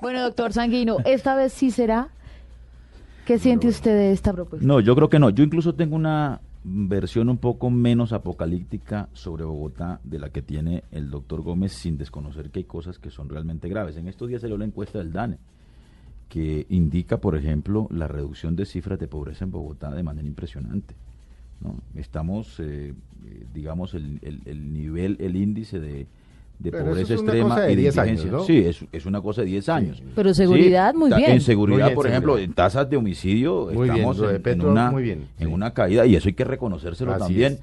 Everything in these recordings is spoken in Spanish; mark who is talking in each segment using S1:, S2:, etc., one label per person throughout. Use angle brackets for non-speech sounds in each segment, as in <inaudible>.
S1: Bueno, doctor Sanguino, esta vez sí será. ¿Qué siente usted de esta propuesta?
S2: No, yo creo que no. Yo incluso tengo una versión un poco menos apocalíptica sobre Bogotá de la que tiene el doctor Gómez, sin desconocer que hay cosas que son realmente graves. En estos días salió la encuesta del DANE, que indica, por ejemplo, la reducción de cifras de pobreza en Bogotá de manera impresionante. ¿no? Estamos, eh, eh, digamos, el, el- el nivel, el índice de, de
S3: Pero eso
S2: pobreza
S3: es una
S2: extrema
S3: cosa de
S2: y de
S3: 10 años,
S2: indigencia.
S3: ¿no?
S2: Sí, es, es una cosa de 10 años.
S1: Pero
S2: Sí,
S1: seguridad, muy
S2: ta-
S1: bien.
S2: En seguridad,
S3: Muy bien,
S2: por ejemplo,
S3: seguridad.
S2: en tasas de homicidio
S3: Muy bien,
S2: estamos
S3: lo de
S2: en- en,
S3: Petro,
S2: una,
S3: muy bien,
S2: en
S3: sí.
S2: una caída y eso hay que reconocérselo
S3: Así
S2: también.
S3: es.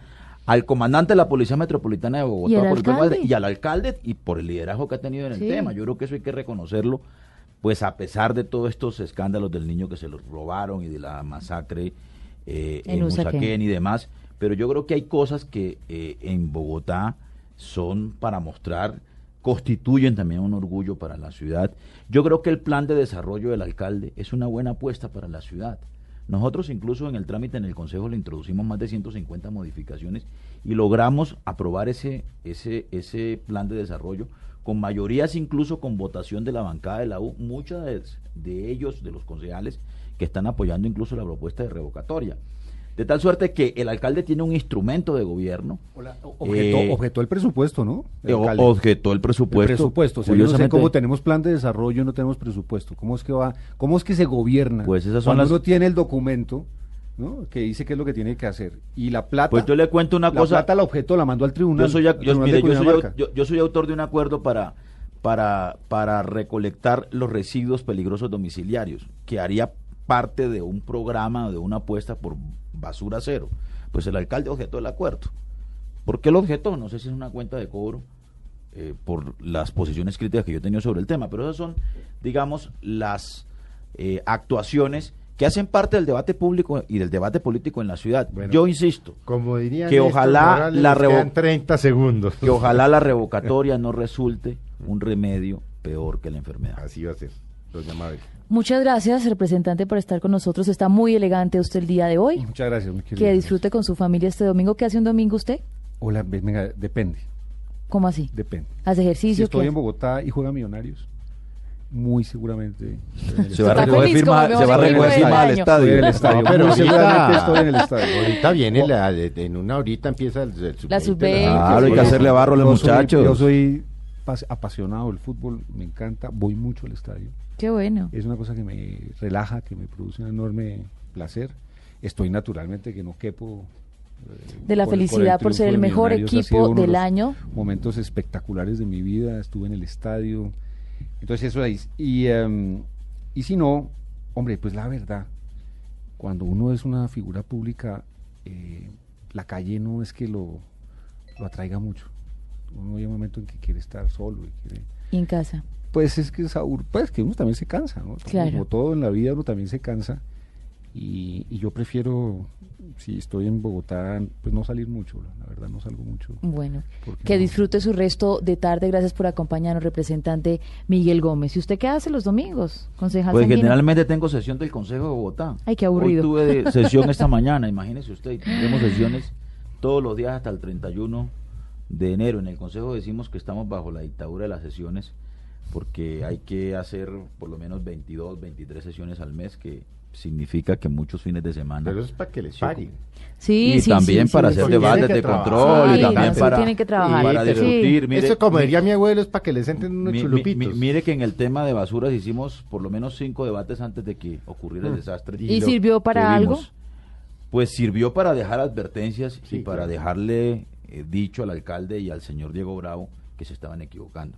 S2: Al comandante de la Policía Metropolitana de Bogotá
S1: ¿Y al
S2: por el tema de-
S1: alcalde?
S2: y al alcalde y por el liderazgo que ha tenido en el
S1: Sí.
S2: tema. Yo creo que eso hay que reconocerlo, pues a pesar de todos estos escándalos del niño que se los robaron y de la masacre eh,
S1: En
S2: en,
S1: Usaquén.
S2: Usaquén y demás. Pero yo creo que hay cosas que eh, en Bogotá son para mostrar, constituyen también un orgullo para la ciudad. Yo creo que el plan de desarrollo del alcalde es una buena apuesta para la ciudad. Nosotros incluso en el trámite en el Consejo le introducimos más de 150 modificaciones y logramos aprobar ese, ese, ese plan de desarrollo con mayorías incluso con votación de la bancada de la U, muchos de, de ellos, de los concejales, que están apoyando incluso la propuesta de revocatoria. De tal suerte que el alcalde tiene un instrumento de gobierno.
S4: Objetó,
S2: eh,
S4: objetó el presupuesto, ¿no?
S2: eh, o-
S4: alcalde.
S2: objetó el presupuesto.
S4: El presupuesto. O sea, yo no sé
S2: Curiosamente,
S4: cómo tenemos plan de desarrollo, no tenemos presupuesto. ¿Cómo es que va? ¿Cómo es que se gobierna?
S2: Pues esas son
S4: Cuando
S2: las-
S4: uno tiene el documento, ¿no? Que dice qué es lo que tiene que hacer y la plata.
S2: Pues yo le cuento una
S4: la
S2: cosa.
S4: plata la objetó, la mandó al tribunal.
S2: yo soy,
S4: al
S2: ac- yo,
S4: tribunal
S2: mire,
S4: de
S2: yo soy au-
S4: Cundinamarca.
S2: yo- yo soy autor de un acuerdo para, para, para recolectar los residuos peligrosos domiciliarios, que haría parte de un programa, de una apuesta por basura cero. Pues el alcalde objetó el acuerdo. ¿Por qué lo objetó? No sé si es una cuenta de cobro, eh, por las posiciones críticas que yo he tenido sobre el tema, pero esas son, digamos, las eh, actuaciones que hacen parte del debate público y del debate político en la ciudad.
S3: Bueno.
S2: yo insisto,
S3: Como diría
S2: Que
S3: Néstor
S2: ojalá
S3: Morales,
S2: la
S3: nos quedan
S2: revo-
S3: 30 segundos.
S2: que ojalá
S3: <laughs>
S2: la revocatoria no resulte un remedio peor que la enfermedad.
S3: Así va a ser, doña Mabel.
S1: Muchas gracias, representante, por estar con nosotros. Está muy elegante usted el día de hoy.
S4: Muchas gracias. mi querido.
S1: Que disfrute con su familia este domingo. ¿Qué hace un domingo usted?
S4: Hola, ve- venga, depende,
S1: ¿Cómo así?
S4: depende.
S1: ¿Hace
S4: Si
S1: ejercicio?
S4: estoy
S1: ¿Qué
S4: en
S1: hace?
S4: Bogotá y juega Millonarios, muy seguramente.
S2: Se va a
S1: Está
S2: recoger
S1: feliz como
S2: firma,
S1: mejor
S2: se va a
S1: equipo
S2: recoger
S1: del
S2: firma al
S1: año.
S2: estadio.
S4: Estoy en el estadio.
S3: pero
S4: muy seguramente
S3: ahorita-
S4: estoy en el estadio.
S3: Ahorita viene la, de- en una horita empieza el, el
S1: La sub-veinte,
S2: Claro, hay que hacerle barro a los
S4: Yo soy-
S2: muchachos.
S4: Yo soy pas- apasionado del fútbol, me encanta, voy mucho al estadio.
S1: Qué bueno.
S4: Es una cosa que me relaja, que me produce un enorme placer. Estoy naturalmente que no quepo. eh,
S1: De la
S4: por- por el
S1: felicidad por
S4: triunfo
S1: ser
S4: de
S1: el mejor
S4: Millonarios. Ha
S1: equipo
S4: sido uno de
S1: del
S4: los
S1: año.
S4: Momentos espectaculares de mi vida, estuve en el estadio. Entonces eso es. Y, em, y si no, hombre, pues la verdad, cuando uno es una figura pública, eh, la calle no es que lo, lo atraiga mucho. Uno hay un momento en que quiere estar solo y quiere
S1: Y en casa.
S4: pues es que es abur- pues que uno también se cansa, ¿no?
S1: Claro.
S4: Como todo en la vida uno también se cansa. Y, y yo prefiero, si estoy en Bogotá, pues no salir mucho, la- la verdad no salgo mucho.
S1: Bueno,
S4: Porque
S1: que
S4: no.
S1: disfrute su resto de tarde. Gracias por acompañarnos, representante Miguel Gómez. ¿Y usted qué hace los domingos, concejal
S2: Pues
S1: Sanguino?
S2: generalmente tengo sesión del Consejo de Bogotá.
S1: Ay, qué aburrido.
S2: Hoy tuve
S1: <laughs>
S2: de- sesión esta mañana, imagínese usted, tenemos sesiones todos los días hasta el 31 de enero. En el Consejo decimos que estamos bajo la dictadura de las sesiones porque hay que hacer por lo menos 22, 23 sesiones al mes, que significa que muchos fines de semana.
S3: Pero eso es para que les paguen.
S1: Sí,
S2: y
S1: sí,
S2: también
S1: sí,
S2: para
S1: sí,
S2: hacer
S1: sí.
S3: Tienen
S2: debates
S3: que
S2: de
S3: trabajar.
S2: control
S1: Sí,
S2: y también
S1: no, sí
S2: para,
S1: tienen que trabajar.
S2: para
S3: Sí,
S2: discutir. Mire,
S3: Eso, como diría mi abuelo, es para que les entren unos
S2: mi- mi-
S3: chulupitos.
S2: mi- mire que en el tema de basuras hicimos por lo menos cinco debates antes de que ocurriera el desastre.
S1: Ah. ¿Y
S2: lo
S1: sirvió
S2: que
S1: para algo?
S2: vimos, Pues sirvió para dejar advertencias
S3: Sí,
S2: y para
S3: claro.
S2: dejarle eh, dicho al alcalde y al señor Diego Bravo que se estaban equivocando.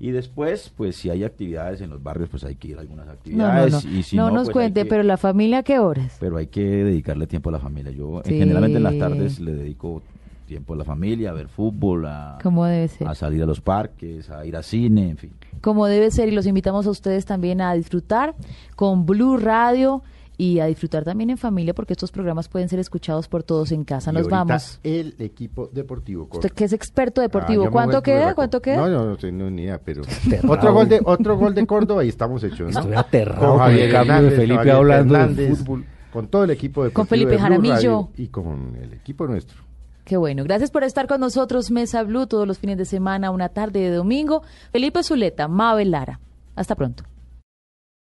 S2: Y después, pues si hay actividades en los barrios, pues hay que ir a algunas
S1: No, no, no.
S2: actividades. Y si
S1: No
S2: no,
S1: nos
S2: pues, hay
S1: cuente,
S2: que-
S1: pero la familia, ¿a ¿qué horas?
S2: pero hay que dedicarle tiempo a la familia. Yo eh,
S1: Sí.
S2: generalmente en las tardes le dedico tiempo a la familia, a ver fútbol, a,
S1: Como debe ser.
S2: a salir a los parques, a ir a cine, en fin.
S1: como debe ser y los invitamos a ustedes también a disfrutar con Blue Radio y a disfrutar también en familia porque estos programas pueden ser escuchados por todos en casa.
S3: Y
S1: Nos
S3: ahorita
S1: vamos.
S3: El equipo deportivo. con-
S1: Usted que es experto deportivo,
S3: Ah, yo me
S1: ¿cuánto
S3: vuelto
S1: queda?
S3: berraco.
S1: ¿Cuánto
S3: No,
S1: queda?
S3: no, no tengo ni idea,
S1: <laughs>
S3: pero otro gol de otro gol de Córdoba y estamos hechos, ¿no?
S4: Estoy aterrado
S3: Con
S4: con
S3: Javier
S4: el cambio de
S3: Hernández,
S4: Felipe
S3: Javier
S4: hablando de
S3: Hernández,
S4: fútbol.
S3: Con todo el equipo deportivo de
S1: Felipe
S3: Blue Radio
S1: Jaramillo.
S3: y con el equipo nuestro.
S1: Qué bueno. Gracias por estar con nosotros, Mesa Blue, todos los fines de semana, una tarde de domingo. Felipe Zuleta, Mabel Lara. Hasta pronto.